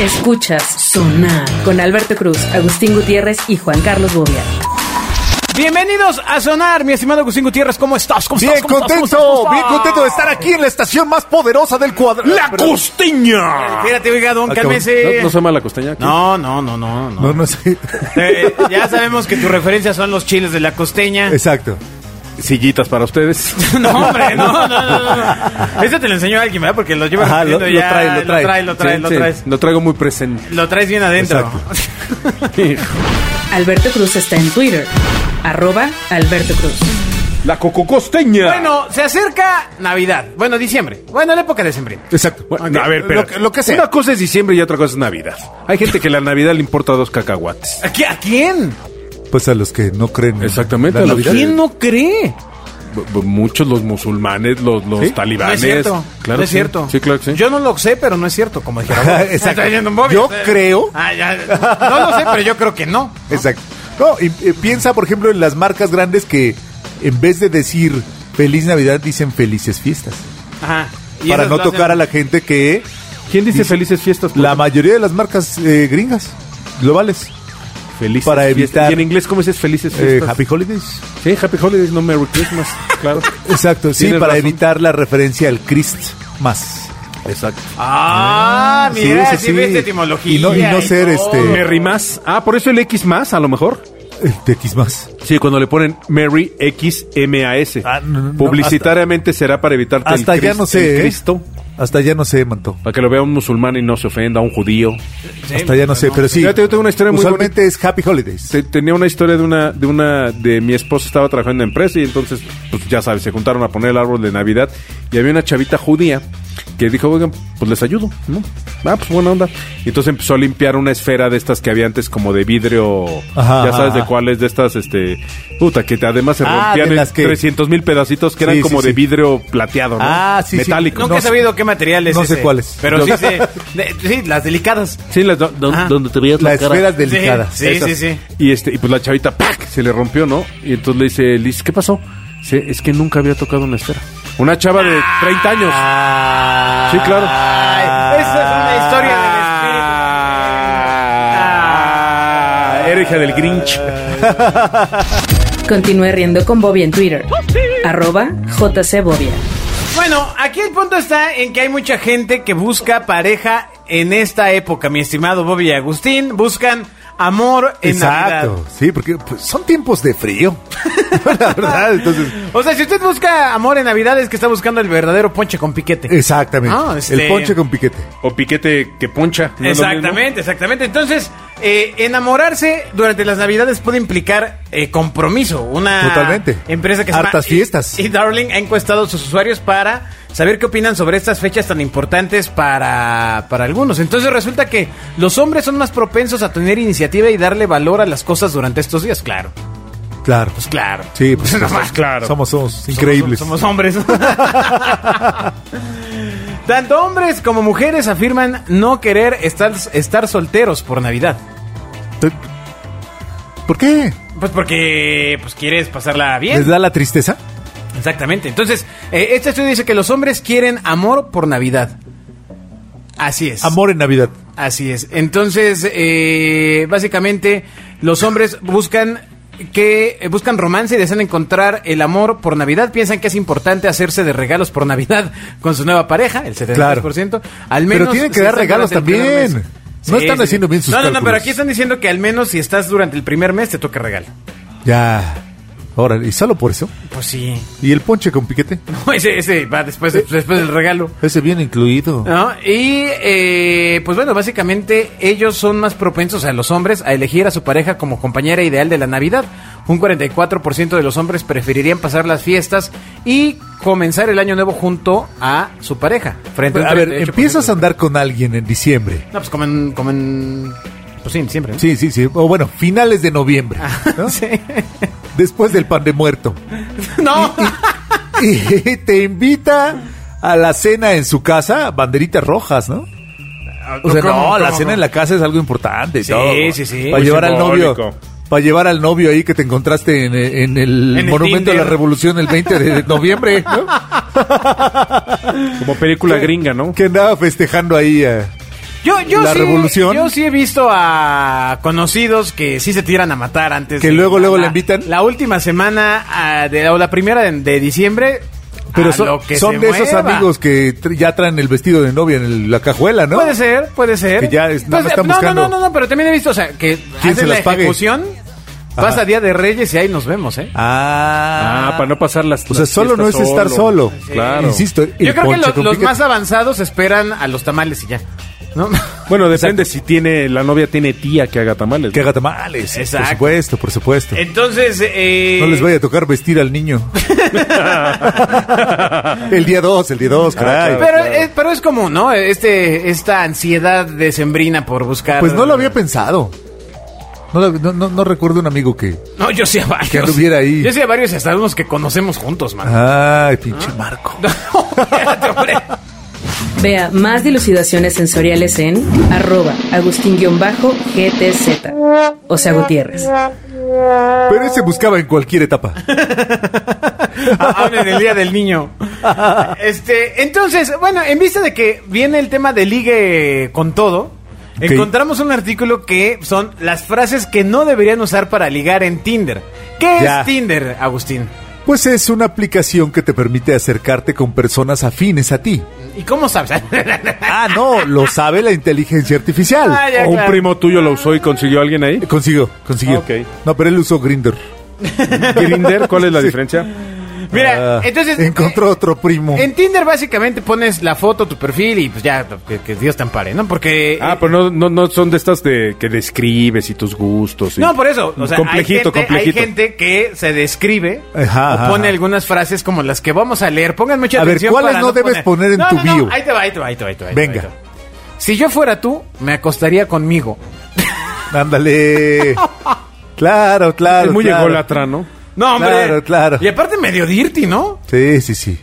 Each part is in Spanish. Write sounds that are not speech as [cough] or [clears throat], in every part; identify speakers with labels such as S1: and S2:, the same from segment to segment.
S1: Escuchas Sonar con Alberto Cruz, Agustín Gutiérrez y Juan Carlos Bobia.
S2: Bienvenidos a Sonar, mi estimado Agustín Gutiérrez, ¿cómo estás? ¿Cómo
S3: Bien
S2: estás? ¿Cómo estás? ¿Cómo estás?
S3: contento,
S2: ¿Cómo
S3: bien
S2: estás?
S3: contento de estar aquí en la estación más poderosa del cuadro.
S2: ¡La Costeña! Espérate, oiga,
S3: Ah,
S2: don, cálmese.
S4: ¿No, no se llama la costeña? ¿Qué?
S2: No, no, no, no, no.
S3: No, no sé.
S2: Eh, ya sabemos que tus referencias son los chiles de la costeña.
S3: [laughs] Exacto.
S4: Sillitas para ustedes.
S2: [laughs] No, hombre, no, no, no,
S3: [laughs]
S2: no. Ese te lo enseñó alguien, ¿verdad? Porque lo llevas
S3: Ajá, lo-
S2: haciendo ya.
S3: lo trae,
S2: Lo
S3: lo trae.
S2: traes, lo traes,
S4: Sí,
S2: lo
S4: sí,
S2: traes.
S4: Lo traigo muy presente.
S2: Lo traes bien adentro.
S1: Alberto Cruz está en Twitter, arroba Alberto Cruz.
S4: la coco costeña.
S2: Bueno, se acerca Navidad. Bueno, diciembre. Bueno, la época de diciembre.
S3: Exacto.
S4: Bueno, a ver,
S3: Lo
S4: pero
S3: que- lo que sea.
S4: Una cosa es diciembre y otra cosa es Navidad. Hay gente que la Navidad le importa dos cacahuates.
S2: ¿A, qué- a quién?
S3: Pues a los que no creen. en
S4: Exactamente,
S3: la
S4: a los
S3: Navidad.
S2: ¿Quién no cree?
S4: B- b- Muchos los musulmanes, los, los
S3: ¿Sí?
S2: No es
S4: talibanes.
S2: cierto.
S4: Claro
S2: no
S4: que
S2: es
S4: sí.
S2: cierto.
S4: Sí, claro que sí.
S2: Yo no lo sé, pero no es cierto, como [laughs] dijera.
S3: Exacto.
S2: Está yendo un bobby.
S3: Yo creo.
S2: Ah, ya. No lo sé, pero yo creo que no.
S3: Exacto. No, y, eh, piensa, por ejemplo, en las marcas grandes que en vez de decir Feliz Navidad, dicen Felices Fiestas.
S2: Ajá. Y
S3: Para
S2: esas
S3: no
S2: lo hacen-
S3: tocar a la gente que
S4: ¿Quién dice felices fiestas?
S3: la mayoría de las marcas eh, gringas globales.
S4: felices
S3: para
S4: fiestas.
S3: evitar-
S4: ¿Y en inglés cómo dices felices
S3: eh,
S4: fiestas?
S3: Happy Holidays.
S4: Sí, Happy Holidays, no Merry Christmas. Claro.
S3: Exacto, sí,
S4: Tienes
S3: para
S4: razón.
S3: evitar la referencia al Christ más.
S4: Exacto.
S2: Ah,
S3: Sí,
S2: mira,
S3: sí,
S2: sí,
S3: sí.
S2: ves de etimología.
S3: Y no- y no ser,
S2: todo.
S3: este,
S4: Merry más. Ah, por eso el X más, a lo mejor.
S3: El TX más.
S4: Sí, cuando le ponen Mary XMAS.
S3: Ah, no, no, no,
S4: Publicitariamente será para evitarte
S3: Hasta
S4: el,
S3: ya
S4: Cris-
S3: no sé.
S4: el
S3: ¿eh?
S4: Cristo.
S3: Hasta ya no sé, Manto.
S4: Para que lo vea un musulmán y no se ofenda, un judío.
S2: Sí,
S3: Hasta ya no sé, pero sí.
S4: Fíjate, yo tengo una historia muy
S3: Usualmente es Happy Holidays.
S4: Te- tenía una historia de una, de una, de mi esposa estaba trabajando en una empresa y entonces, pues ya sabes, se juntaron a poner el árbol de Navidad y había una chavita judía que dijo, oigan, pues les ayudo, ¿no? Ah, pues buena onda. Y entonces empezó a limpiar una esfera de estas que había antes como de vidrio,
S3: Ajá,
S4: ya sabes
S3: ajá.
S4: de cuáles, de estas, este, puta, que te- además se
S3: Ah,
S4: rompían
S3: de
S4: en
S3: las que-
S4: 300 mil pedacitos que eran
S3: Sí, sí,
S4: como de
S3: sí.
S4: vidrio plateado, ¿no?
S3: Ah, sí, sí.
S4: Metálico.
S2: Nunca he
S3: No sé-
S2: sabido qué material es
S3: no sé
S2: ese,
S3: cuáles.
S2: Pero
S4: Yo-
S2: sí sé. de- sí, las delicadas.
S4: Sí, las do- do-
S2: Ajá.
S4: donde te veías la
S3: Las
S4: cara.
S3: esferas delicadas.
S2: Sí, sí, sí,
S4: Esas.
S2: sí.
S4: Y este, y pues la chavita ¡pac! se le rompió, ¿no? Y entonces le dice, Liz, ¿qué pasó? Dice, es que nunca había tocado una esfera. Una chava de 30 años. Sí, claro.
S2: Ay, esa es una historia del espíritu.
S4: Ah, Era hija del Grinch.
S1: Continúe riendo con Bobia en Twitter, arroba JC Bobia.
S2: Bueno, aquí el punto está en que hay mucha gente que busca pareja en esta época, mi estimado Bobby y Agustín. Buscan amor en
S3: Exacto,
S2: Navidad.
S3: sí, porque pues, son tiempos de frío. [laughs] la verdad, entonces.
S2: O sea, si usted busca amor en Navidad es que está buscando el verdadero ponche con piquete.
S3: Exactamente.
S2: Ah, este-
S3: El ponche con piquete.
S4: O piquete que poncha. ¿no es lo mismo?
S2: Exactamente, exactamente. Entonces, eh, enamorarse durante las Navidades puede implicar eh, compromiso. Una
S3: Totalmente.
S2: empresa que
S3: Hartas
S2: se llama
S3: fiestas.
S2: E- E Darling ha encuestado a sus usuarios para saber qué opinan sobre estas fechas tan importantes para, para algunos. Entonces resulta que los hombres son más propensos a tener iniciativa y darle valor a las cosas durante estos días. Claro,
S3: Claro.
S2: pues claro.
S3: Sí,
S4: [laughs]
S3: pues,
S2: [laughs] No
S3: pues,
S2: más, claro.
S3: Somos, somos increíbles.
S2: Somos, somos hombres. [laughs] Tanto hombres como mujeres afirman no querer estar, estar solteros por Navidad.
S3: Te- ¿Por qué?
S2: Pues porque pues quieres pasarla bien.
S3: ¿Les da la tristeza?
S2: Exactamente. Entonces, eh, este estudio dice que los hombres quieren amor por Navidad. Así es.
S3: Amor en Navidad.
S2: Así es. Entonces, eh, básicamente, los hombres buscan que eh, buscan romance y desean encontrar el amor por Navidad. Piensan que es importante hacerse de regalos por Navidad [laughs] con su nueva pareja, el 73%. Al menos
S3: Pero tienen que
S2: si
S3: dar
S2: estás
S3: regalos
S2: durante el primer
S3: también.
S2: mes.
S3: No están haciendo bien sus
S2: No, no, no, pero
S3: cálculos.
S2: aquí están diciendo que al menos si estás durante el primer mes te toca regalo.
S3: Ya. Órale, ¿y solo por eso?
S2: Pues sí.
S3: ¿Y el ponche con piquete?
S2: [laughs] No, ese, ese va después, después del regalo.
S3: Ese viene incluido.
S2: ¿no? Y eh, pues bueno, básicamente ellos son más propensos a los hombres a elegir a su pareja como compañera ideal de la Navidad. Un 44% de los hombres preferirían pasar las fiestas y comenzar el año nuevo junto a su pareja. Frente
S3: Pero,
S2: un
S3: a ver,
S2: 38%.
S3: empiezas a andar con alguien en diciembre.
S2: No, pues comen, comen, pues sí, siempre. ¿no?
S3: Sí, sí, sí. O bueno, finales de noviembre. ¿no?
S2: Ah, [laughs] Sí.
S3: Después del pan
S2: [laughs]
S3: de muerto.
S2: no.
S3: Y te invita a la cena en su casa, banderitas rojas, ¿no? O sea,
S2: Ah, ¿Cómo,
S3: no, la
S2: cómo,
S3: cena
S2: cómo?
S3: en la casa es algo importante. y
S2: Sí,
S3: todo.
S2: sí, sí.
S3: Para
S2: Muy
S3: llevar al novio.
S4: simbólico.
S3: Para llevar al novio ahí que te encontraste en, en el
S2: En el
S3: Monumento
S2: Tinder.
S3: de la Revolución el
S2: [laughs]
S3: 20 de noviembre, ¿no?
S4: Como película gringa, ¿no?
S3: Que andaba festejando ahí. eh.
S2: Yo, yo
S3: la
S2: sí,
S3: revolución.
S2: Yo sí he visto a conocidos que sí se tiran a matar antes.
S3: Que
S2: de-
S3: luego, luego
S2: la-
S3: le invitan.
S2: La última semana ah, de, o la primera de, de diciembre.
S3: Pero
S2: a
S3: son,
S2: lo que
S3: son
S2: se
S3: de esos
S2: mueva.
S3: amigos que tr- ya traen el vestido de novia en el- la cajuela, ¿no?
S2: Puede ser, puede ser. Pues, eh,
S3: Que ya es- nada más están
S2: no, no,
S3: buscando.
S2: no, no, no, pero también he visto, o sea, que
S3: se
S2: hacen la
S3: las pague?
S2: ejecución,
S3: Ajá.
S2: pasa Día de Reyes y ahí nos vemos, ¿eh?
S3: Ah,
S4: Ah, para no pasar las.
S3: O sea,
S2: pues
S4: las
S3: solo no es
S4: fiestas
S3: estar solo.
S4: Claro.
S3: Insisto, el
S2: Yo creo que
S3: ponche
S2: los,
S3: con
S2: los
S3: pica-
S2: más avanzados esperan a los tamales y ya. ¿No?
S4: Bueno, depende si tiene la novia tiene tía que haga tamales. [laughs]
S3: Que haga tamales.
S2: Exacto.
S3: Por supuesto, por supuesto.
S2: Entonces, eh,
S3: No les vaya a tocar vestir al niño.
S2: [laughs]
S3: el día 2, el día 2,
S2: Ah,
S3: caray.
S2: Pero, Es, pero es común, ¿no? Este, esta ansiedad decembrina por buscar.
S3: Pues no lo había pensado. No, lo- no, no- no recuerdo un amigo que.
S2: No, yo sí a varios.
S3: Que anduviera ahí.
S2: Yo sí a varios y hasta unos que conocemos juntos, man.
S3: Ay, pinche Marco.
S2: No, [laughs] espérate, hombre.
S1: Vea más dilucidaciones sensoriales en arroba agustín-gtz. O sea, Gutiérrez.
S3: Pero ese buscaba en cualquier etapa.
S2: [laughs] Hablen del día del niño. Este, entonces, bueno, en vista de que viene el tema de ligue con todo,
S3: Ok.
S2: encontramos un artículo que son las frases que no deberían usar para ligar en Tinder. ¿Qué
S3: Ya.
S2: es Tinder, Agustín?
S3: Pues es una aplicación que te permite acercarte con personas afines a ti.
S2: ¿Y cómo sabes? [laughs]
S3: Ah, no, lo sabe la inteligencia artificial.
S2: Ah, ya,
S4: o un
S2: claro.
S4: primo tuyo lo usó y consiguió a alguien ahí.
S3: Consiguió, consiguió.
S4: Ah, ok.
S3: No, pero él usó Grinder.
S4: Grinder, ¿cuál
S2: [laughs]
S4: es la diferencia?
S2: Mira,
S3: Ah,
S2: entonces. eh,
S3: Encontró otro primo.
S2: En Tinder básicamente pones la foto, tu perfil y pues ya, que, que Dios te ampare, ¿no? Porque... eh,
S4: Ah, pero no, no, no son de estas de que describes y tus gustos. y-
S2: No, por eso. O sea,
S4: pues, complejito,
S2: hay gente,
S4: complejito.
S2: Hay gente que se describe
S3: Ajá,
S2: o
S3: ajá,
S2: pone
S3: ajá.
S2: algunas frases como las que vamos a leer. Pongan mucha
S3: A ver,
S2: atención.
S3: ¿cuáles
S2: para
S3: no debes poner en
S2: No,
S3: tu
S2: no, no,
S3: bio?
S2: Ahí te va, ahí te va, ahí te va. ahí te va, ahí te va,
S3: Venga.
S2: ahí te va. Si yo fuera tú, me acostaría conmigo.
S3: Ándale.
S2: [laughs]
S3: Claro, claro.
S4: es muy
S3: claro.
S4: ególatra, ¿no?
S2: No, hombre.
S3: Claro, claro.
S2: Y aparte medio dirty, ¿no?
S3: Sí, sí, sí.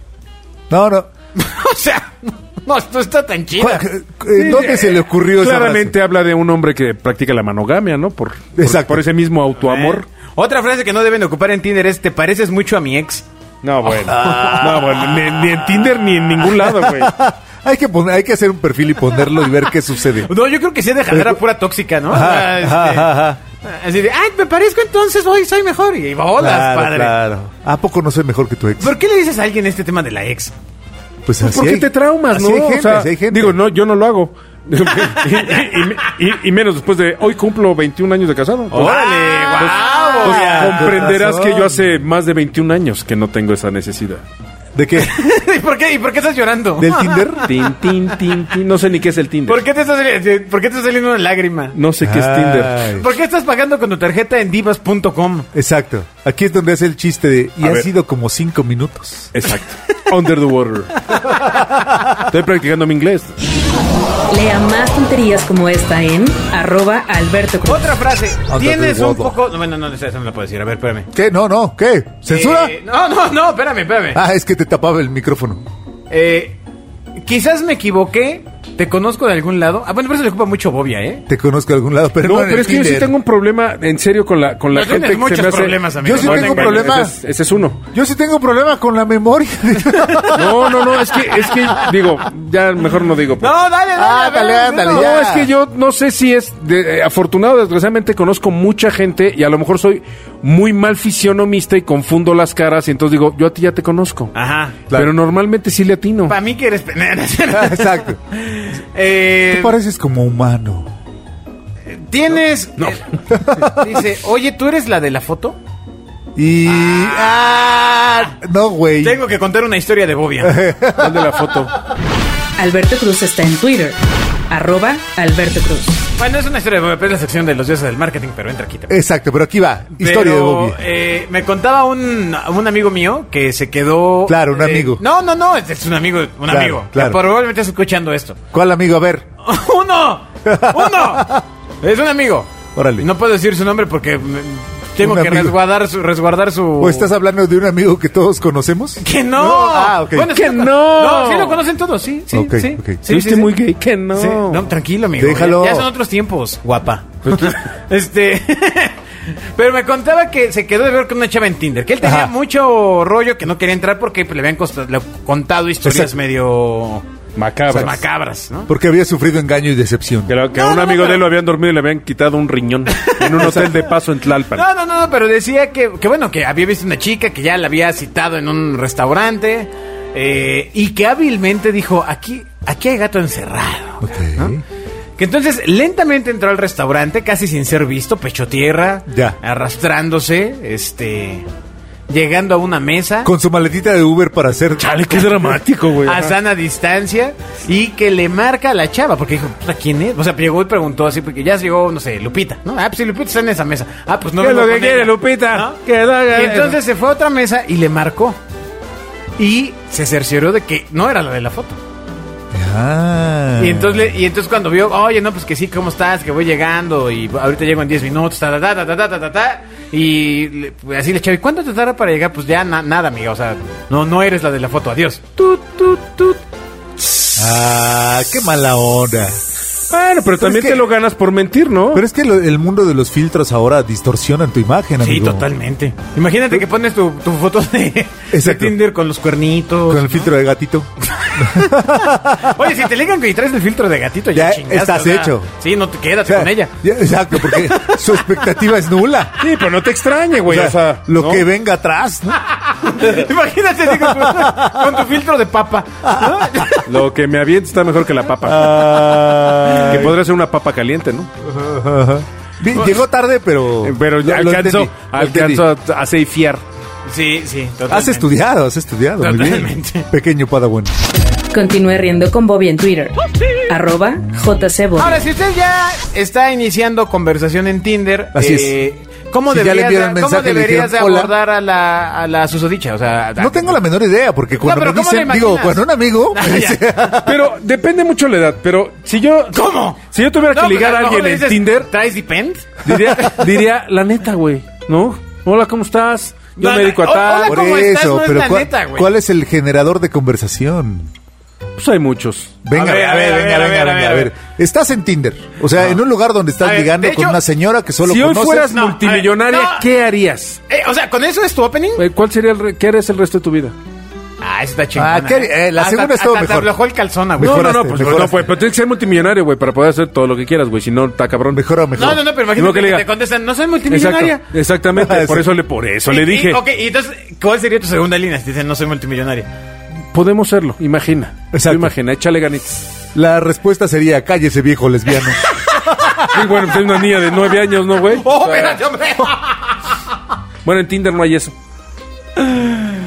S3: No, no.
S2: o sea, no, esto está tan chido.
S3: ¿Cuál- eh, ¿Dónde se le ocurrió esa
S4: Claramente habla de un hombre que practica la monogamia, ¿no? Por, por-
S3: Exacto.
S4: por ese mismo autoamor.
S2: Eh, Otra frase que no deben de ocupar en Tinder es, te pareces mucho a mi ex.
S4: No, bueno.
S2: Ah.
S4: [laughs] No, bueno. Ni, ni en Tinder ni en ningún lado, [laughs] güey.
S3: frase? hay que poner, hay que hacer un perfil y ponerlo y ver qué
S4: [laughs]
S3: sucede.
S2: Pues No, yo creo que sí es de jalar a pura tóxica, ¿no?
S3: Ajá,
S2: O sea, este,
S3: ajá, ajá.
S2: Así de, ay, me parezco entonces, hoy soy mejor. Y bolas,
S3: Claro,
S2: padre.
S3: claro. ¿A poco no soy mejor que tu ex?
S2: ¿Por qué le dices a alguien este tema de la ex?
S3: Pues
S4: Pues
S3: así
S4: porque
S3: hay-
S4: te traumas,
S3: así
S4: ¿no?
S3: hay gente,
S4: o sea,
S3: así hay gente.
S4: digo, no, yo no lo [laughs] hago. y, y- y- y menos después de hoy cumplo 21 años de casado.
S2: ¡Órale,
S4: Pues-
S2: guau!
S4: pues
S3: Ya,
S4: comprenderás
S3: con
S4: que
S3: razón.
S4: yo hace más de 21 años que no tengo esa necesidad.
S3: ¿De qué?
S2: [laughs] ¿Y por qué, y por qué estás llorando?
S3: Pues, ¿Del Tinder?
S4: [laughs] Tin, tin, tin, tin. No sé ni qué es el Tinder.
S2: [laughs] ¿Por qué te está saliendo, por qué te está saliendo una lágrima?
S4: No sé qué es
S3: Ay.
S4: Tinder.
S2: ¿Por qué estás pagando con tu tarjeta en divas.com?
S3: Exacto. Aquí es donde hace el chiste de. Y
S4: A
S3: han
S4: ver.
S3: sido como cinco minutos.
S4: Exacto. Under the water. Estoy practicando mi inglés.
S1: Lea más tonterías como esta en arroba Alberto Cruz.
S2: Otra frase.
S3: the
S2: Tienes un
S3: water.
S2: poco... No, bueno, no, esa esa no la puedo decir. A ver, espérame.
S3: ¿Qué? No, no. ¿Qué? ¿Censura?
S2: Eh, no, no, no, espérame, espérame.
S3: Ah, es que te tapaba el micrófono.
S2: Eh, quizás me equivoqué. ¿Te conozco de algún lado? Ah, bueno, pero eso le ocupa mucho Bobia, ¿eh?
S3: Te conozco de algún lado, pero no,
S4: No,
S3: en
S4: pero
S3: el
S4: es que yo sí
S3: Tinder.
S4: tengo un problema en serio con la, con la
S2: No, tienes
S4: gente que se
S2: muchos
S4: me hace-
S2: problemas, amigo.
S3: Yo sí
S4: No,
S3: tengo
S4: no, no,
S3: problema.
S4: Ese es, ese es uno.
S3: Yo sí tengo un problema con la memoria. [laughs]
S4: No, no, no, es que, es que, digo, ya mejor no digo. pues.
S2: No, dale, dale.
S3: Ah,
S2: a ver,
S3: dale, ándale,
S2: no.
S4: No,
S3: ya.
S4: es que yo no sé si es de- eh, afortunado, desgraciadamente conozco mucha gente y a lo mejor soy muy mal fisionomista y confundo las caras y entonces digo, yo a ti ya te conozco.
S2: Ajá.
S3: claro.
S4: Pero normalmente sí le atino.
S2: Para mí que eres... [laughs]
S3: Ah, Exacto.
S2: Eh,
S3: Tú pareces como humano.
S2: Tienes... eh, Dice, oye, ¿tú eres la de la foto?
S3: Y. Ah, no, güey.
S2: Tengo que contar una historia de
S3: [laughs]
S2: Bobia.
S4: ¿Dónde la foto?
S1: Alberto Cruz está en Twitter. Arroba Alberto Cruz.
S2: bueno, es una historia de Bobia, pero es la sección de los dioses del marketing, pero entra aquí también.
S3: Exacto, pero aquí va. Historia
S2: Pero,
S3: de Bobby.
S2: eh, me contaba un, un amigo mío que se quedó...
S3: Claro, un
S2: eh,
S3: amigo.
S2: No, no, no, es, es un amigo, un
S3: Claro,
S2: amigo.
S3: claro.
S2: Que probablemente está escuchando esto.
S3: ¿Cuál amigo? A ver.
S2: [laughs] ¡Uno! ¡Uno! es un amigo.
S3: Órale.
S2: No puedo decir su nombre porque me- tengo
S3: Un
S2: que
S3: amigo.
S2: resguardar su, resguardar su...
S4: Oh.
S3: ¿O estás hablando de un amigo que todos conocemos?
S2: [laughs] Que no.
S3: Ah, ok.
S2: Bueno, sí
S4: Que
S2: lo-
S4: no.
S2: No, sí lo conocen todos, sí, sí,
S3: Ok,
S2: sí.
S3: ok.
S2: Sí,
S4: Fuiste
S2: sí, sí.
S4: muy gay, que no.
S2: Sí, No, pues tranquilo, amigo.
S3: Déjalo.
S2: Ya, ya son otros tiempos. Guapa. este. [laughs] Pero me contaba que se quedó de ver con una chava en Tinder. Que él tenía
S3: Ajá.
S2: mucho rollo que no quería entrar porque pues, le habían costa- le- contado historias
S3: Exacto.
S2: medio.
S4: [laughs] Macabras.
S2: macabras, ¿no?
S3: Porque había sufrido engaño y decepción.
S4: Que, lo- que
S2: Pues No,
S4: a un
S2: no, no,
S4: amigo de él
S2: pero-
S4: lo habían dormido y le habían quitado un riñón
S2: [laughs]
S4: en un hotel de paso en Tlalpan.
S2: No, no, no, pero decía que, que bueno, que había visto una chica que ya la había citado en un restaurante eh, y que hábilmente dijo, aquí, aquí hay gato encerrado.
S3: Ok.
S2: ¿no?
S4: ¿Ah?
S2: Que entonces lentamente entró al restaurante, casi sin ser visto, pecho tierra,
S3: Ya.
S2: arrastrándose, este, llegando a una mesa.
S3: Con su maletita de Uber para hacer...
S4: Chale, qué dramático, güey.
S2: a sana distancia y que le marca a la chava porque dijo, "Puta, ¿quién es? O sea, llegó y preguntó así porque ya llegó, no sé, Lupita, ¿no? Ah, pues sí, Lupita está en esa mesa. Ah, pues no
S4: ¿Qué es
S2: vengo
S4: lo que
S2: con
S4: quiere
S2: ella".
S4: Lupita?
S2: ¿No?
S4: Que haga-
S2: Y entonces se fue a otra mesa y le marcó. Y se cercioró de que no era la de la foto.
S3: Ah.
S2: Y entonces, le- y entonces cuando vio, oye, no, pues que sí, ¿cómo estás? Que voy llegando y ahorita llego en 10 minutos, ta, ta, ta, ta, ta, ta, ta, ta, ta. Y le- pues, así le echaba, ¿y cuánto te tarda para llegar? Pues ya na- nada, amiga, o sea, no, no eres la de la foto, adiós. Tut, tut, tut.
S3: Ah, qué mala onda.
S4: Bueno, pero también
S3: es que-
S4: te lo ganas por mentir, ¿no?
S3: Pero es que lo- el mundo de los filtros ahora distorsionan tu imagen,
S2: Sí,
S3: amigo.
S2: totalmente. Imagínate que pones tu, tu foto de, de
S3: Exacto.
S2: Tinder con los cuernitos.
S3: Con el filtro de gatito.
S2: Oye, si te ligan que traes el filtro de gatito, ya,
S3: Ya
S2: chingaste,
S3: estás hecho.
S2: Sí, no te
S3: O
S2: quedas [laughs]
S3: sea,
S2: con
S3: [laughs]
S2: ella.
S3: ya- exacto, porque su expectativa es nula.
S4: Sí, pero no te extrañe, güey.
S3: o sea, lo
S4: ¿no?
S3: que venga atrás, ¿no?
S2: Imagínate así con, tu- con tu filtro de papa. ¿no?
S4: Lo que me avienta está mejor que la
S2: Ah,
S4: papa. Que podría ser una papa caliente, ¿no?
S2: Oh.
S3: Vi-
S2: Pues,
S3: Llegó tarde, pero.
S4: Eh, Pero ya
S2: Ah,
S3: lo- lo
S4: alcanzo,
S3: entendí, lo entendí.
S4: alcanzo a, a ceifiar.
S2: Sí, sí. totalmente.
S3: Has estudiado, has estudiado. muy bien.
S2: Totalmente.
S3: Pequeño Padawan.
S1: Continúe riendo con Bobby en Twitter. Arroba JCBobby.
S2: Ahora, si usted ya está iniciando conversación en Tinder,
S3: Así
S2: eh, ¿cómo
S3: Si ya le
S2: deberías,
S3: enviaron
S2: de- cómo
S3: mensaje y le
S2: deberías de
S3: dijeron, "Hola"?
S2: abordar a la, a la susodicha? O sea, a-
S3: No tengo la menor idea, porque cuando
S2: pero
S3: me
S2: ¿cómo
S3: dicen,
S2: lo
S3: digo,
S2: imaginas?
S3: cuando un amigo me
S2: Ah, [laughs] ya.
S3: dice,
S4: Pero depende mucho la edad. Pero si yo.
S2: ¿Cómo?
S4: Si yo tuviera
S2: No,
S4: que ligar
S2: pues,
S4: a
S2: lo mejor
S4: alguien
S2: le
S4: en
S2: dices,
S4: Tinder,
S2: ¿Traes Depend?
S4: diría, diría, la neta, güey, ¿no? Hola, ¿cómo estás? Yo
S2: No,
S4: me dedico a
S2: no, o-
S4: tal.
S2: hola,
S3: por
S2: ¿cómo estás?
S3: eso,
S2: No es
S3: pero
S2: la
S3: ¿cuál,
S2: neta, güey.
S3: cuál es el generador de conversación?
S4: Pues hay muchos.
S3: Venga, a ver, venga, venga, venga, a ver. Estás en Tinder, o sea, en un lugar donde estás
S2: Ah. A ver,
S3: ligando
S2: de
S3: con
S2: hecho,
S3: una señora que solo
S4: si hoy
S3: conoces.
S4: fueras
S2: No,
S4: multimillonaria,
S2: a ver, no.
S4: ¿qué harías?
S2: Eh, o sea, ¿con eso es tu opening?
S4: Eh, ¿Cuál sería el re- qué harías el resto de tu vida?
S2: Ah, esa está chingona.
S3: Ah, ¿qué haría? Eh, la segunda estuvo
S2: hasta te
S3: mejor.
S2: aflojó el calzón, güey.
S3: Mejor
S4: no, no,
S3: Mejoraste,
S4: no, pues,
S3: mejoraste.
S4: no, pues, pero tienes que ser multimillonario, güey, para poder hacer todo lo que quieras, güey. Si no, está cabrón.
S3: Mejor o mejor.
S2: No, no, no, pero
S4: Digo
S2: imagínate
S4: que
S2: que,
S4: le diga-
S2: te contestan, no soy multimillonaria.
S4: Exacto,
S2: [laughs]
S4: exactamente, por eso le, por Eh, eso
S2: Y-
S4: le
S2: y-
S4: dije,
S2: ok, y entonces, ¿cuál sería tu segunda línea si te dicen no soy multimillonaria?
S4: podemos serlo, imagina, Tú
S3: Exacto.
S4: imagina, échale ganitas.
S3: La respuesta sería, cállese viejo
S2: [laughs]
S3: lesbiano.
S2: Ah,
S4: Y bueno, pues es una niña de nueve años, ¿no, güey?
S2: ¡Oh, espérate, hombre!
S4: Bueno, en Tinder no hay eso.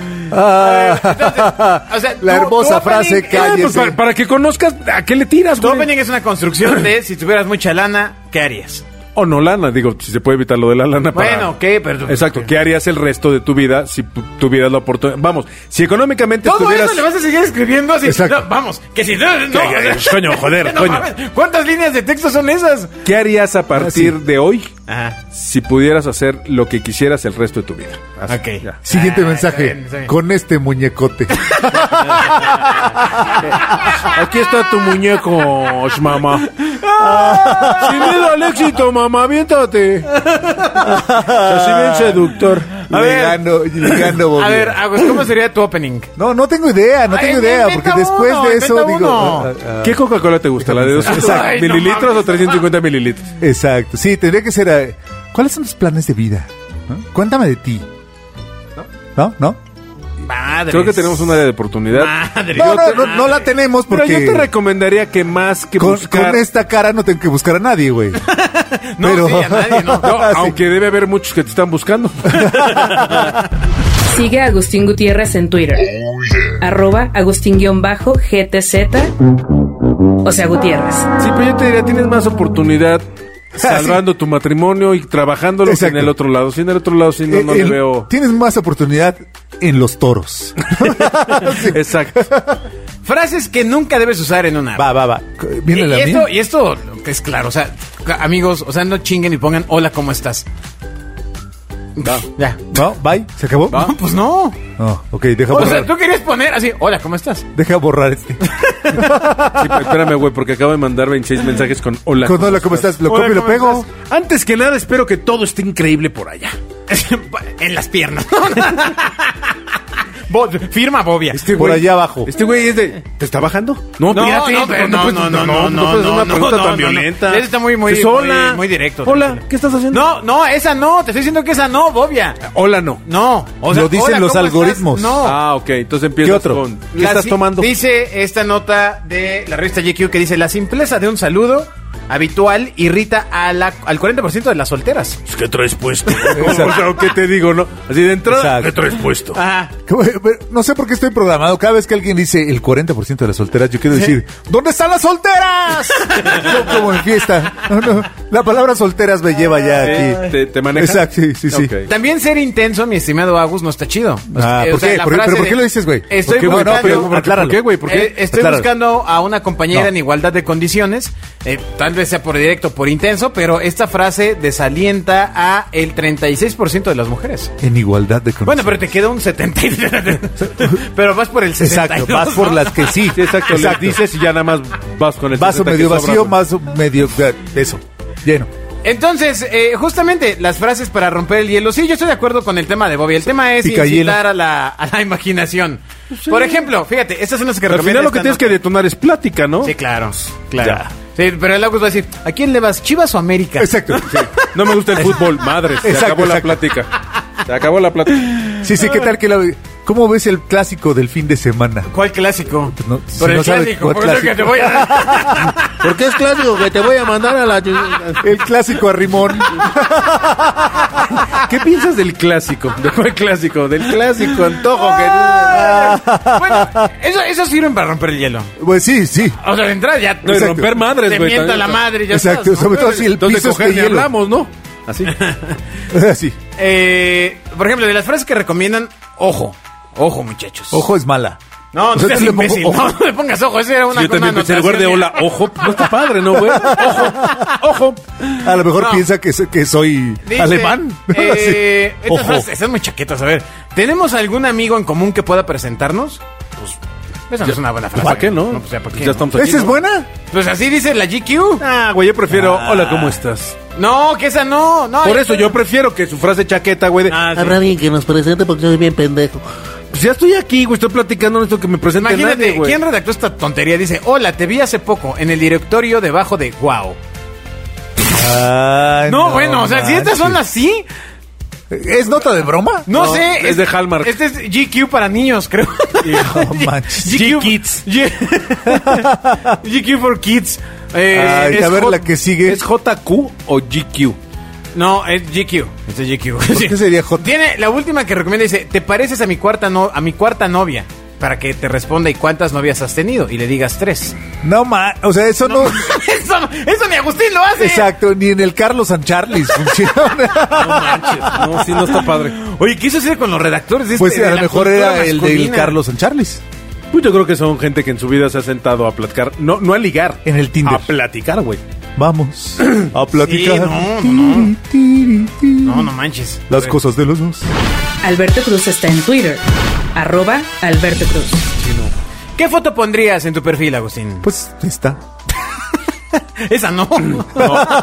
S2: Entonces, o sea,
S3: La
S2: tu-
S3: hermosa
S2: tu
S3: frase,
S2: opening-
S3: cállese.
S4: Ah, pues, para, para que conozcas a qué le tiras,
S2: Tu
S4: güey.
S2: opening es una construcción de si tuvieras mucha lana, ¿qué harías?
S4: O no lana, digo, si se puede evitar lo de la lana. para-
S2: Bueno, ¿qué? Pero-
S4: Exacto, ¿qué harías el resto de tu vida si pu- tuvieras la oportunidad? Vamos, si económicamente
S2: Todo
S4: estuvieras...
S2: eso le vas a seguir escribiendo así.
S3: Exacto.
S2: No, vamos, que si no, no,
S4: Que-
S2: o sea, [laughs]
S4: coño, joder, coño.
S2: mames, ¿Cuántas líneas de texto son esas?
S4: ¿Qué harías a partir
S3: Ah,
S4: de hoy
S2: Ajá.
S4: si pudieras hacer lo que quisieras el resto de tu vida?
S2: Ok.
S4: ya.
S3: Siguiente
S2: Ah,
S3: mensaje,
S2: está bien, está bien.
S3: con
S2: [laughs]
S3: este muñecote.
S4: Aquí está tu muñeco, sh, mamá. Sin miedo al éxito, mamá, aviéntate. Así bien seductor.
S2: A ver.
S3: ligando, ligando, Bobby.
S2: A ver, Agus, ¿cómo sería tu opening?
S3: No, no tengo idea, no
S2: Ay,
S3: tengo
S2: ve-
S3: idea,
S2: inventa
S3: porque después
S2: uno,
S3: de eso
S2: inventa
S3: digo...
S2: uno.
S3: ah, ah, ah.
S4: ¿Qué Coca-Cola te gusta? ¿La de 200
S3: Exacto.
S2: Ay, no
S4: mililitros
S2: mames.
S4: o 350 mililitros?
S3: Exacto, sí, tendría que ser... eh, ¿Cuáles son tus planes de vida? ¿No? Cuéntame de ti. ¿No? ¿No?
S2: Madre.
S4: Creo que tenemos una de oportunidad.
S2: Madre.
S3: No, no, no,
S2: Ah.
S3: no la tenemos
S4: Pero
S3: Ah, porque...
S4: yo te recomendaría que más que
S3: con,
S4: buscar...
S3: con esta cara no tengo que buscar a nadie, güey.
S2: No,
S3: pero-
S2: sí, a nadie,
S3: [laughs]
S2: no.
S4: No,
S3: Ah, sí.
S4: aunque debe haber muchos que te están buscando.
S1: Sigue a Agustín Gutiérrez en Twitter. Arroba Agustín-GTZ. O sea, Gutiérrez.
S4: Sí, pero yo te diría, tienes más oportunidad salvando tu matrimonio y trabajándolo que en
S3: Ah, Exacto.
S4: el otro lado. Si en el otro lado, si [laughs] no, no
S3: Eh,
S4: le
S3: el-
S4: veo...
S3: Tienes más oportunidad en los toros. [laughs] Sí.
S4: Exacto.
S2: Frases que nunca debes usar en una.
S3: Va, va, va.
S2: Y,
S3: Viene la
S2: y
S3: mía.
S2: esto, y esto es claro, o sea, ca- amigos, o sea, no chinguen y pongan hola, ¿cómo estás?
S4: Va.
S2: Ya.
S3: No, bye. ¿Se acabó?
S2: No, pues no.
S3: No, ok, deja
S2: O
S3: borrar.
S2: sea, tú querías poner así, hola, ¿cómo estás? [laughs]
S3: Deja borrar este.
S4: Sí, pero espérame, güey, porque acabo de mandar 26 mensajes con hola.
S3: Con hola, ¿cómo estás? Lo
S4: Hola,
S3: copio y lo
S4: ¿cómo
S3: pego.
S4: estás? Antes que nada, espero que todo esté increíble por allá.
S2: en las piernas. [laughs] Bo- firma Bobia.
S3: Por allá abajo.
S4: Este güey es de. ¿Te está bajando? No, espérate,
S2: pero
S4: puedes- puedes hacer una pregunta tan violenta.
S2: Ese está muy, muy,
S4: Pues, hola.
S2: muy, muy directo.
S4: Hola, ¿qué estás haciendo?
S2: No, no, esa no. Te estoy diciendo que esa no, Bobia.
S4: Hola, no.
S2: No. o
S3: Lo dicen los
S2: ¿cómo
S3: algoritmos.
S2: estás? No.
S4: Ah, ok. Entonces empiezas
S3: ¿Qué otro?
S4: con. ¿Qué
S2: La
S4: estás
S2: si-
S4: tomando?
S2: Dice esta nota de la revista GQ que dice: La simpleza de un saludo habitual irrita a la- al 40% de las solteras.
S5: Pues, ¿Qué
S3: [laughs]
S5: traes puesto?
S4: O sea, ¿qué te digo, no? Así de entrada.
S5: ¿Qué
S3: Exacto.
S5: traes puesto?
S2: Ajá.
S3: Pero No sé por qué estoy programado. Cada vez que alguien dice el 40% de las solteras, yo quiero decir, ¿dónde están las
S4: [laughs]
S3: solteras? Yo como en fiesta. No, no, La palabra solteras me lleva ya
S4: Sí,
S3: aquí.
S4: ¿Te, te maneja?
S3: Exacto, sí, sí, sí.
S4: Ok.
S2: También ser intenso, mi estimado Agus, no está chido.
S3: Ah,
S2: Eh,
S3: ¿por qué? ¿Por-
S2: frase
S3: pero por qué lo dices, güey?
S2: Estoy
S3: ¿Por qué, güey?
S2: buscando,
S3: No, pero ¿por qué,
S4: acláralo. ¿Por qué?
S2: Eh, estoy
S3: Acláralo.
S2: buscando a una compañera
S3: No.
S2: en igualdad de condiciones. eh, tal vez sea por directo o por intenso, pero esta frase desalienta a el 36% de las mujeres.
S3: En igualdad de condiciones.
S2: Bueno, pero te queda un 70.
S3: [laughs]
S2: pero vas por el 62.
S3: Exacto, vas por
S2: ¿no?
S3: las que sí.
S4: [laughs] Sí, exacto. les
S3: Exacto.
S4: dices y ya nada más vas con este el
S3: Vaso
S4: 60 que
S3: medio
S4: sobra,
S3: vacío,
S4: güey.
S3: vaso medio... Eso, lleno.
S2: Entonces, eh, justamente las frases para romper el hielo. Sí, yo estoy de acuerdo con el tema de Bobby. El tema es
S3: Pica hielo.
S2: incitar a la, a la imaginación. Por ejemplo, fíjate, estas son las que
S4: Al
S2: recomienda
S4: final lo
S2: esta
S4: que tienes que
S2: nota.
S4: detonar es plática, ¿no?
S2: Sí, claro, claro.
S4: Ya.
S2: Sí, pero el Agus va a decir, ¿a quién le vas, Chivas o América?
S3: Exacto.
S4: No me gusta el fútbol, madres. Se
S3: Exacto,
S4: acabó la
S3: exacto.
S4: plática. Se acabó la plática.
S3: Sí, sí, ¿qué tal que la... ¿Cómo ves el clásico del fin de semana?
S2: ¿Cuál clásico?
S3: Pues no,
S2: por
S3: si
S2: el
S3: no sabe
S2: clásico,
S3: cuál
S2: por eso que
S3: clásico.
S2: te voy a
S3: [laughs]
S2: dar.
S5: ¿Por qué es clásico que te voy a mandar a la...
S3: El clásico arrimón.
S4: ¿Qué piensas del clásico? [laughs] ¿De cuál clásico? Del clásico antojo Ah.
S2: bueno, eso, eso sirven para romper el hielo.
S3: Pues sí, sí. [laughs]
S2: O sea, de entrada ya
S4: No, y
S3: Exacto.
S4: romper madres,
S2: te
S4: güey.
S2: mienta la
S4: también.
S2: madre y ya
S3: Exacto,
S2: estás, ¿no?
S3: sobre todo si el
S4: Entonces
S3: piso es
S4: coger
S3: de
S4: ni
S3: hielo.
S4: hablamos, ¿no? Así.
S3: Así.
S2: Eh, por ejemplo, de las frases que recomiendan, ojo, ojo muchachos.
S3: Ojo es mala.
S2: No, no
S3: O sea,
S2: seas
S3: tú le pongo
S2: imbécil.
S3: ojo.
S2: No, no le pongas ojo. Ese era una
S4: yo también
S2: una
S4: pensé en lugar de
S2: anotación.
S4: hola, ojo. No está padre,
S2: [laughs]
S4: ¿no, güey? Ojo, ojo.
S3: A lo mejor
S2: No.
S3: piensa que, so- que soy
S2: Dice,
S3: alemán. [laughs]
S4: [laughs]
S2: eh,
S3: Así.
S2: estas
S3: Ojo.
S2: frases están muy chaquetas. A ver, ¿tenemos algún amigo en común que pueda presentarnos? Pues, esa no es una buena frase.
S4: ¿Para qué, no?
S2: pues, ya, ¿para qué,
S4: Ya estamos
S3: ¿Esa
S4: aquí.
S3: es
S4: ¿no?
S3: buena?
S2: Pues así dice la GQ.
S4: Ah, güey, yo prefiero hola, ¿cómo estás?
S2: No, que esa no. no
S4: Por
S2: hay-
S4: eso yo prefiero que su frase chaqueta, güey. de,
S2: Ah, sí.
S5: Habrá alguien que nos presente porque soy bien pendejo.
S4: Pues ya estoy aquí, güey, estoy platicando, no necesito que me presente
S2: Imagínate,
S4: nadie, güey.
S2: ¿quién redactó esta tontería? Dice, hola, te vi hace poco en el directorio debajo de Wow.
S3: Ay,
S2: No, bueno, o sea, si estas son
S3: manches.
S2: así,
S3: ¿Es nota de broma?
S2: no,
S4: No,
S2: sé.
S4: es de Hallmark.
S2: Este es GQ para niños,
S3: [laughs]
S2: creo.
S3: No manches.
S2: GQ Kids. [laughs] GQ for Kids. Eh,
S3: Ay,
S2: es
S3: a ver
S2: hot-
S3: la que sigue.
S4: ¿Es JQ o GQ?
S2: No, es GQ. Este es GQ. Sí.
S3: qué sería hot?
S2: Tiene la última que recomienda dice, "¿Te pareces a mi cuarta no a mi cuarta novia?" Para que te responda y cuántas novias has tenido y le digas tres. [laughs]
S3: No ma, o sea, eso no,
S2: eso, eso ni Agustín lo hace.
S3: [laughs] exacto, ni en el Carlos San Charles funciona.
S4: No manches. [laughs] No, sí, no está padre.
S2: Oye, ¿qué hizo hacer con los redactores? de este-
S3: Pues
S2: de
S3: a lo
S2: la
S3: mejor
S2: cultura
S3: era el del
S2: masculina?
S3: Carlos San Charles.
S4: Pues yo creo que son gente que en su vida se ha sentado a platicar. No, no a ligar.
S3: En el Tinder.
S4: A platicar, güey.
S3: Vamos a platicar.
S2: Sí, no, no, no.
S3: Tiri, tiri.
S2: No, no manches.
S3: Las cosas de los dos.
S1: Alberto Cruz está en Twitter. Arroba Alberto Cruz.
S2: ¿Qué foto pondrías en tu perfil, Agustín?
S3: Pues está.
S2: Esa
S3: [laughs]
S2: no.
S4: No,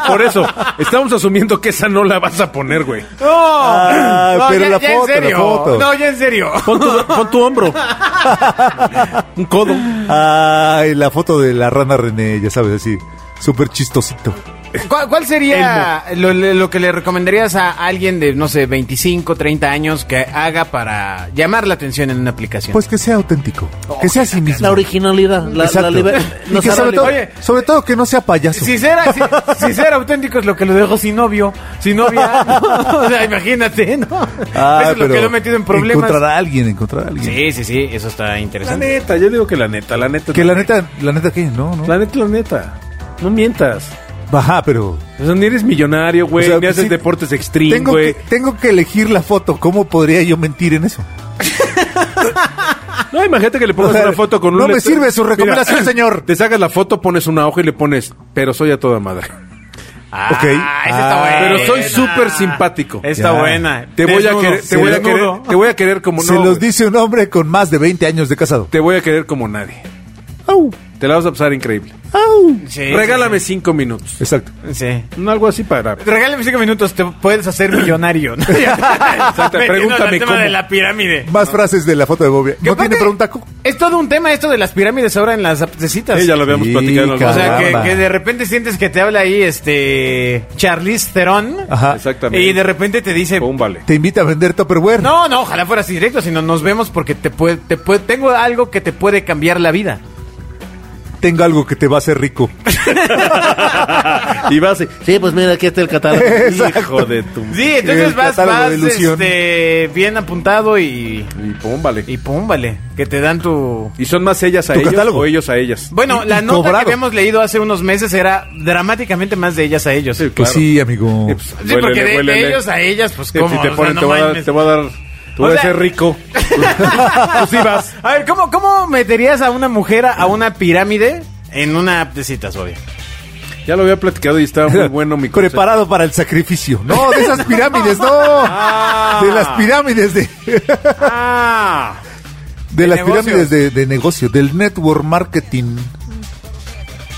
S4: por eso, estamos asumiendo que esa no la vas a poner, güey.
S2: No,
S3: Ah,
S2: No,
S3: pero
S2: ya-
S3: la
S2: ya
S3: foto, la
S2: en serio.
S3: foto.
S2: No, ya en serio.
S4: Pon [laughs] tu, pon tu hombro. Un codo.
S3: Ay, la foto de la rana René, ya sabes, así. Súper chistosito.
S2: ¿Cuál, cuál sería lo, lo que le recomendarías a alguien de, no sé, 25, 30 años que haga para llamar la atención en una aplicación?
S3: Pues que sea auténtico. Que sea a sí mismo.
S5: La originalidad, la,
S3: Exacto.
S5: la liber-
S3: [laughs] y
S5: nos
S3: que
S5: hará
S3: sobre todo,
S5: liber-
S2: Oye.
S3: sobre todo que no sea payaso.
S2: si ser, si, si ser auténtico es lo que lo dejo sin novio, [laughs] sin
S3: [laughs]
S2: novia, ¿no? o sea, imagínate, ¿no?
S3: Ah,
S2: eso es lo
S3: pero
S2: que lo he metido en problemas.
S3: Encontrar a alguien, encontrar a alguien.
S2: Sí, sí, sí, eso está
S4: La
S2: interesante.
S4: neta, yo digo que la neta, la neta.
S3: Que la neta, la neta, ¿qué? No, no.
S4: La neta, la neta. No mientas.
S3: Ajá, pero...
S4: O sea, ni eres millonario, güey.
S3: O sea,
S4: ni haces
S3: sí,
S4: deportes extreme,
S3: Tengo que,
S4: güey.
S3: tengo que elegir la foto. ¿Cómo podría yo mentir en eso?
S4: No, imagínate que le pongas
S3: O sea,
S4: una foto con un
S3: no me
S4: letrero.
S3: sirve su recomendación,
S4: [clears throat] Mira,
S3: señor.
S4: Te sacas la foto, pones una hoja y le pones, pero soy a toda madre.
S2: Ah,
S3: Ok.
S2: esa está
S3: Ah.
S2: buena.
S4: Pero soy súper simpático.
S2: Está
S3: Ya.
S2: buena.
S4: Te voy, a
S2: Desnudo.
S4: querer, te,
S2: Sí,
S4: voy a
S2: desnudo.
S4: querer, te voy a querer como
S3: Se
S4: no,
S3: los
S4: güey.
S3: dice un hombre con más de 20 años de casado.
S4: Te voy a querer como nadie.
S3: Au.
S4: Te la vas a pasar increíble.
S2: Sí,
S4: Regálame cinco minutos.
S3: Exacto.
S2: Sí.
S4: No, Algo así para...
S2: Regálame cinco minutos, te puedes hacer millonario. [laughs] ¿no? Metiéndonos
S4: pregúntame
S2: al tema
S4: cómo.
S2: de la pirámide.
S3: Más
S4: Ah.
S3: frases de la foto de Bobby.
S2: Que
S3: ¿No tiene
S2: aparte,
S3: pregunta? Cu?
S2: Es todo un tema esto de las pirámides ahora en las aptecitas.
S4: Sí, ya lo habíamos
S3: Sí,
S4: platicado en algún
S2: O sea, que,
S3: Caramba.
S2: que de repente sientes que te habla ahí este Charlize Theron.
S3: Ajá.
S4: Exactamente.
S2: Y de repente te dice,
S4: O
S3: [laughs]
S4: un vale.
S3: Te invita a vender Tupperware.
S2: no, no, ojalá fueras directo, sino nos vemos porque te puede, te puede, tengo algo que te puede cambiar la vida.
S3: Tengo algo que te va a hacer
S4: [laughs]
S3: rico. Pues
S4: y vas así.
S5: Sí, pues mira, aquí está el catálogo.
S4: Hijo de tu...
S2: Sí,
S3: El
S2: entonces vas,
S3: catálogo
S2: vas
S3: de ilusión.
S2: este, bien apuntado y,
S4: Y pum, vale.
S2: y pum, vale, que te dan tu...
S4: ¿Y son más ellas a
S3: ¿Tu
S4: ellos
S3: catálogo?
S4: o ellos a ellas?
S2: Bueno,
S3: Y-
S2: la
S3: y
S2: nota
S3: cobrado.
S2: que habíamos leído hace unos meses era dramáticamente más de ellas a ellos. Sí,
S3: Pues
S4: Claro.
S3: sí, amigo.
S4: Eh, pues,
S2: porque
S4: huélele,
S2: de- de,
S4: huélele.
S2: ellos a ellas, pues
S4: Sí,
S2: cómo.
S4: si te
S2: O sea,
S4: ponen,
S2: no
S4: te, voy a dar,
S2: mames.
S4: te voy a dar... Te voy
S2: O sea-
S4: a
S2: pues
S4: hacer
S2: [laughs]
S4: rico. Tú sí vas.
S2: A ver, ¿cómo, ¿cómo meterías a una mujer a una pirámide en una app de citas, obvio?
S4: Ya lo había platicado y estaba muy bueno mi concepto.
S3: Preparado para el sacrificio. No, de esas pirámides, no.
S4: Ah.
S3: De las pirámides de.
S2: Ah,
S3: De las
S2: negocios.
S3: pirámides de, de negocio, del network marketing.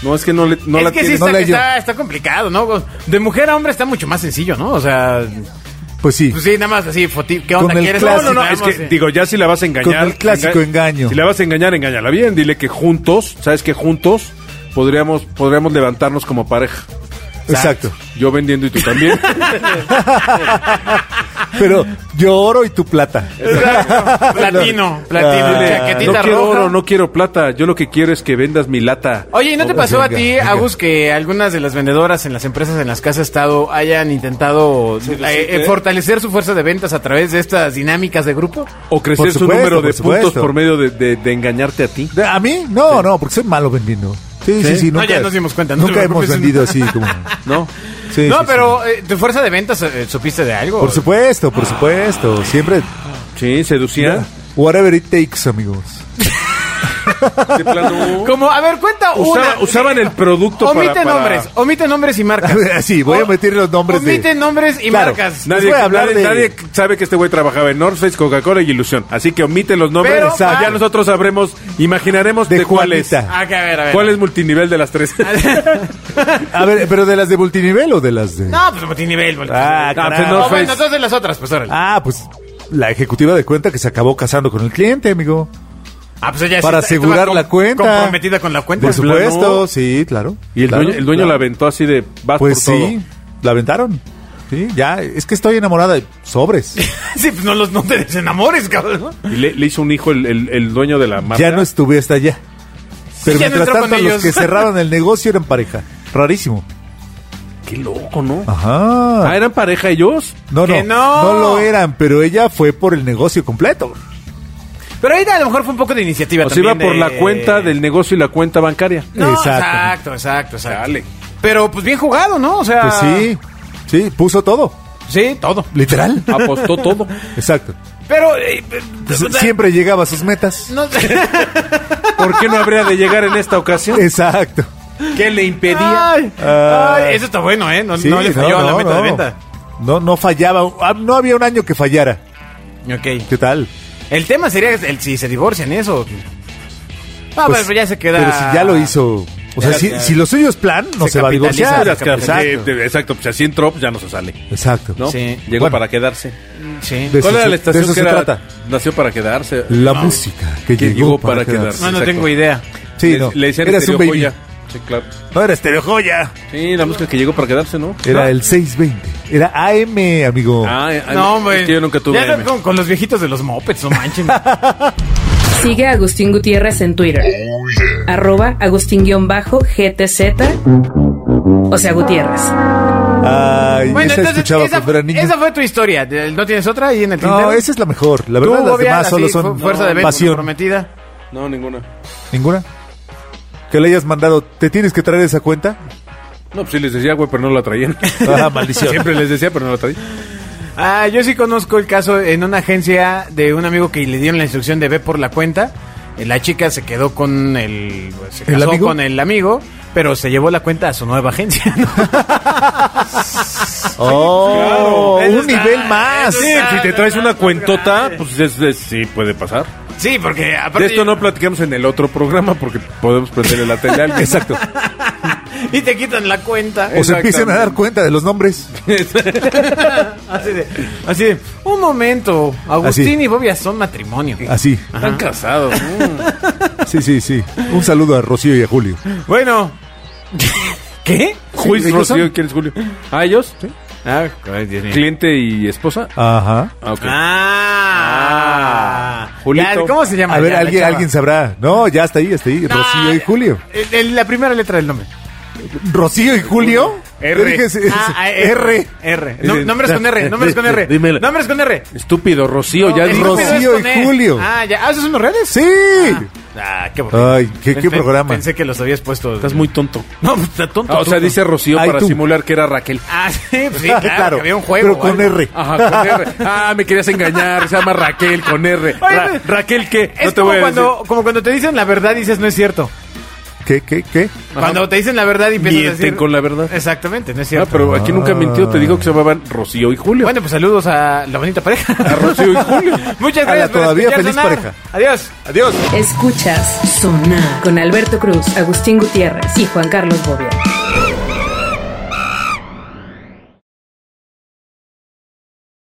S4: No, es que no, le, no
S2: es
S4: la
S2: que sí
S4: tienes.
S2: está,
S3: no la hallo.
S2: está, está complicado, ¿no? De mujer a hombre está mucho más sencillo, ¿no? O sea,
S3: Pues sí.
S2: pues sí, nada más así, foti- ¿qué onda
S3: Con el
S2: quieres?
S4: No,
S3: clásico.
S4: no, no,
S2: Vamos,
S4: es que
S2: eh.
S4: digo, ya si la vas a engañar.
S3: Con el clásico engaño.
S4: Si la vas a engañar, engáñala bien. Dile que juntos, ¿sabes que Juntos podríamos, podríamos levantarnos como pareja.
S3: Exacto.
S4: Yo vendiendo y
S2: [laughs]
S4: tú también.
S3: Pero yo oro y tu
S2: [laughs]
S3: plata.
S4: [laughs]
S2: Exacto. platino, platino,
S3: Ah,
S2: chaquetita
S4: no quiero
S2: roja.
S4: oro, no quiero plata. Yo lo que quiero es que vendas mi lata.
S2: Oye, ¿y no te
S3: Venga,
S2: pasó a ti,
S3: venga.
S2: Agus, que algunas de las vendedoras en las empresas en las que has estado hayan intentado eh, eh, fortalecer su fuerza de ventas a través de estas dinámicas de grupo?
S4: O crecer
S3: Por
S4: su
S3: supuesto,
S4: número
S3: por
S4: de puntos
S3: supuesto.
S4: por medio de, de- de engañarte a ti.
S3: De- ¿A mí? No, no, porque soy malo vendiendo. Sí, sí, sí.
S2: No,
S3: nunca-
S2: ya nos dimos cuenta, no te
S3: nunca hemos
S2: preocupes.
S3: vendido así como.
S4: ¿No?
S3: Sí,
S2: [laughs] no,
S3: sí,
S2: pero Ah. eh, tu fuerza de ventas, eh, ¿supiste de algo?
S3: sí. Por supuesto, por supuesto. Siempre.
S4: Sí, seducía.
S3: Whatever it takes, amigos.
S4: De [laughs] plano.
S2: Como, a ver, cuenta
S4: Usaba-
S2: una.
S4: usaban el producto para-
S2: Omite
S4: para-
S2: nombres, omite nombres y marcas.
S3: [laughs] Sí, voy a meter los nombres de-
S2: Omite nombres y
S3: Claro.
S2: marcas.
S3: Na-
S4: Nadie,
S3: Les voy a hablar
S4: nadie,
S3: de-
S4: nadie sabe que este güey trabajaba en North Face, Coca-Cola y Ilusión. Así que omite los nombres.
S2: Pero-
S4: Exacto. ya nosotros sabremos, imaginaremos de,
S3: De
S4: cuál es.
S3: Juanita.
S2: Ah, que a ver, a ver.
S4: ¿Cuál es multinivel de las [laughs] tres?
S3: A ver, pero de las de multinivel o de las de.
S2: No, pues multinivel, multinivel.
S3: Ah,
S2: No,
S4: caray.
S2: pues, no, bueno, entonces de las otras, pues órale. Ah,
S3: Ah, pues la ejecutiva de cuenta que se acabó casando con el cliente, amigo.
S2: pues ella sí
S3: Para
S2: está-
S3: asegurar
S2: estaba com-
S3: la cuenta.
S2: Comprometida con la cuenta.
S3: Por
S2: Pues,
S4: plano.
S3: supuesto, sí, claro.
S4: y el
S3: Claro,
S4: dueño, el dueño
S3: claro.
S4: la aventó así de vas
S3: Pues
S4: por
S3: sí, la aventaron. Sí, ya, es que estoy enamorada de
S2: [laughs]
S3: sobres.
S2: [laughs] sí, pues no, los, no te desenamores, cabrón.
S4: todo. Y le, le hizo un hijo el, el- el dueño de la marca.
S3: ya no estuve hasta allá. Pero
S2: ya no
S3: mientras
S2: entró con
S3: tanto, los
S2: ellos. [laughs]
S3: que cerraron el negocio eran pareja. Rarísimo.
S4: Qué loco, ¿no?
S3: Ajá.
S4: Ah, ¿eran pareja ellos?
S3: No,
S2: que
S3: no,
S2: no.
S3: no, lo eran, pero ella fue por el negocio completo.
S2: Pero ahí a lo mejor fue un poco de iniciativa
S4: O sea,
S2: también.
S4: iba por
S2: de-
S4: la cuenta del negocio y la cuenta bancaria.
S2: No, exacto,
S3: Exacto.
S2: exacto, exacto.
S4: Dale.
S2: Pero pues bien jugado, ¿no? O sea.
S3: Pues sí, sí, puso todo,
S2: Sí, todo.
S3: literal.
S4: Apostó todo.
S3: Exacto.
S2: Pero. eh,
S3: Pues,
S2: Ah. o sea,
S3: Siempre llegaba a sus metas.
S2: No [laughs] sé.
S4: ¿Por qué no habría de llegar en esta ocasión?
S3: Exacto.
S4: ¿Qué le impedía?
S2: Ay,
S3: Ah.
S2: ay, eso está bueno, ¿eh? No,
S3: Sí,
S2: no le falló a la
S3: no,
S2: meta de
S3: no.
S2: venta.
S3: No, no fallaba. Ah, No había un año que fallara.
S2: Ok.
S3: ¿Qué tal?
S2: El tema sería el, si se divorcian eso. Ah,
S3: Pues,
S2: pero ya se queda.
S3: Pero si ya lo hizo. O sea,
S2: Ya,
S3: si,
S2: ya.
S3: si lo suyo es plan, no
S2: Se
S3: se, va a
S2: capitaliza,
S3: divorciar.
S2: se
S4: Exacto.
S2: capitaliza.
S3: Exacto.
S4: Exacto. pues así entró, pues ya no se sale.
S3: Exacto.
S4: ¿no?
S2: Sí.
S4: Llegó
S3: Bueno.
S4: para quedarse.
S2: Sí.
S3: De
S4: ¿Cuál
S3: eso
S4: era
S3: se-
S4: la
S3: de
S4: estación
S3: eso
S4: que
S3: se
S4: era-
S3: trata.
S4: nació para quedarse? Ah,
S3: La música que,
S4: que
S3: llegó, para, quedarse.
S2: No, no
S4: Exacto.
S2: tengo idea.
S3: Sí,
S4: le,
S3: no.
S4: le decían
S3: Eras un
S4: Estereo
S3: baby.
S4: Joya. Sí, claro.
S3: No era Estereo Joya.
S4: Sí, la música que llegó para quedarse, ¿no?
S3: Era
S4: No.
S3: el 620. Era AM, amigo.
S4: Ah, eh,
S2: No, hombre.
S4: es que yo nunca tuve.
S2: Ya
S4: AM.
S2: con, con los viejitos de los mopeds, no
S3: [laughs]
S2: manchen.
S1: Sigue a Agustín Gutiérrez en Twitter. Arroba Agustín-GTZ. O sea, Gutiérrez.
S3: Ay,
S2: bueno,
S3: esa
S2: entonces,
S3: escuchaba
S2: esa,
S3: cuando era niño.
S2: esa fue tu historia. ¿No tienes otra ahí en el
S3: No,
S2: tintero?
S3: esa es la mejor. La verdad,
S2: Tú,
S3: las
S2: Bobian,
S3: demás solo
S2: así,
S3: son
S2: fu- fuerza de venta
S3: pasión.
S2: comprometida.
S4: No, ninguna.
S3: ¿Ninguna? Que le hayas mandado, ¿te tienes que traer esa cuenta?
S4: No, pues sí les decía, güey, pero no la traían.
S3: Ah, maldición.
S4: Siempre les decía, pero no la traían.
S2: Ah, yo sí conozco el caso en una agencia de un amigo que le dieron la instrucción de ve por la cuenta La chica se quedó con el. pues, Se
S3: ¿El
S2: casó
S3: amigo?
S2: con el amigo, pero se llevó la cuenta a su nueva agencia,
S3: [laughs]
S2: ¿no? claro.
S3: Oh, un nivel más.
S4: Sí, si te traes una cuentota, pues es- es- sí puede pasar.
S2: Sí, porque
S4: De
S2: aparte.
S4: esto no platicamos en el otro programa porque podemos prenderle la tele a alguien. Exacto.
S2: Y te quitan la
S3: [laughs]
S2: cuenta. [laughs]
S3: O se empiecen a dar cuenta de los nombres.
S2: Así de, así de, un momento, Agustín
S3: Así.
S2: y Bobia son matrimonio.
S3: Así.
S4: Están casados.
S3: [laughs] Sí, sí, sí. Un saludo a Rocío y a Julio. [laughs]
S2: Bueno. ¿Qué?
S4: Juiz
S3: ellos son.
S4: Rocío, ¿quién es Julio? Ah, ellos. sí.
S2: Ah, ay, Dios mío.
S4: Cliente y esposa.
S3: Ajá.
S4: Ah, ok.
S2: Ah,
S4: Julito.
S2: Ya, ¿Cómo se llama?
S3: A ver,
S2: ya la
S3: alguien,
S2: chava?
S3: alguien sabrá. No, ya está ahí, está ahí.
S2: No,
S3: Rocío y
S2: ya-
S3: Julio.
S2: el- el- la primera letra del nombre.
S3: ¿Rocío y Julio? Yo dije, es- es-
S2: Ah, ah,
S3: R.
S2: R. No, nombres con R. Nombres con R.
S4: Dímelo.
S2: Nombres con R.
S4: Estúpido Rocío, ya
S2: No,
S4: es
S2: el
S3: Rocío.
S4: Rocío.
S2: estúpido es con
S3: y
S2: E.
S3: Julio.
S2: Ah, ya. ¿Ah, esos son los redes?
S3: Sí.
S2: Ah, qué aburrido.
S3: Ay, qué- qué
S2: Pensé-
S3: programa.
S2: Pensé que los habías puesto.
S4: Estás muy tonto.
S2: No, pues, está tonto.
S4: Ah, o sea,
S2: tonto.
S4: dice Rocío
S3: Ay,
S4: para
S3: tú.
S4: simular que era Raquel.
S2: Ah, sí,
S3: [laughs]
S2: pues sí, claro, que había un juego.
S3: Pero
S2: o
S3: con
S2: algo.
S3: R.
S4: Ajá, con R. Ah, me querías engañar. Se llama Raquel con R. Ra-
S2: Oye,
S4: Raquel, ¿qué?
S2: Es
S4: No te
S2: como,
S4: voy a
S2: cuando,
S4: decir.
S2: como cuando te dicen la verdad dices no es cierto.
S3: ¿Qué, qué, qué?
S2: Cuando te dicen la verdad y empiezas a
S4: Mienten
S2: decir...
S4: con la verdad.
S2: Exactamente, no es
S4: Ah,
S2: cierto.
S4: pero aquí nunca mintió. Te digo que se llamaban Rocío y Julio.
S2: Bueno, pues saludos a la bonita pareja.
S4: A Rocío y Julio.
S2: [laughs] Muchas gracias.
S3: A la
S2: por
S3: todavía
S2: escuchar
S3: feliz
S2: sonar.
S3: pareja.
S2: Adiós.
S4: Adiós.
S1: Escuchas Sonar con Alberto Cruz, Agustín Gutiérrez y Juan Carlos Bobia.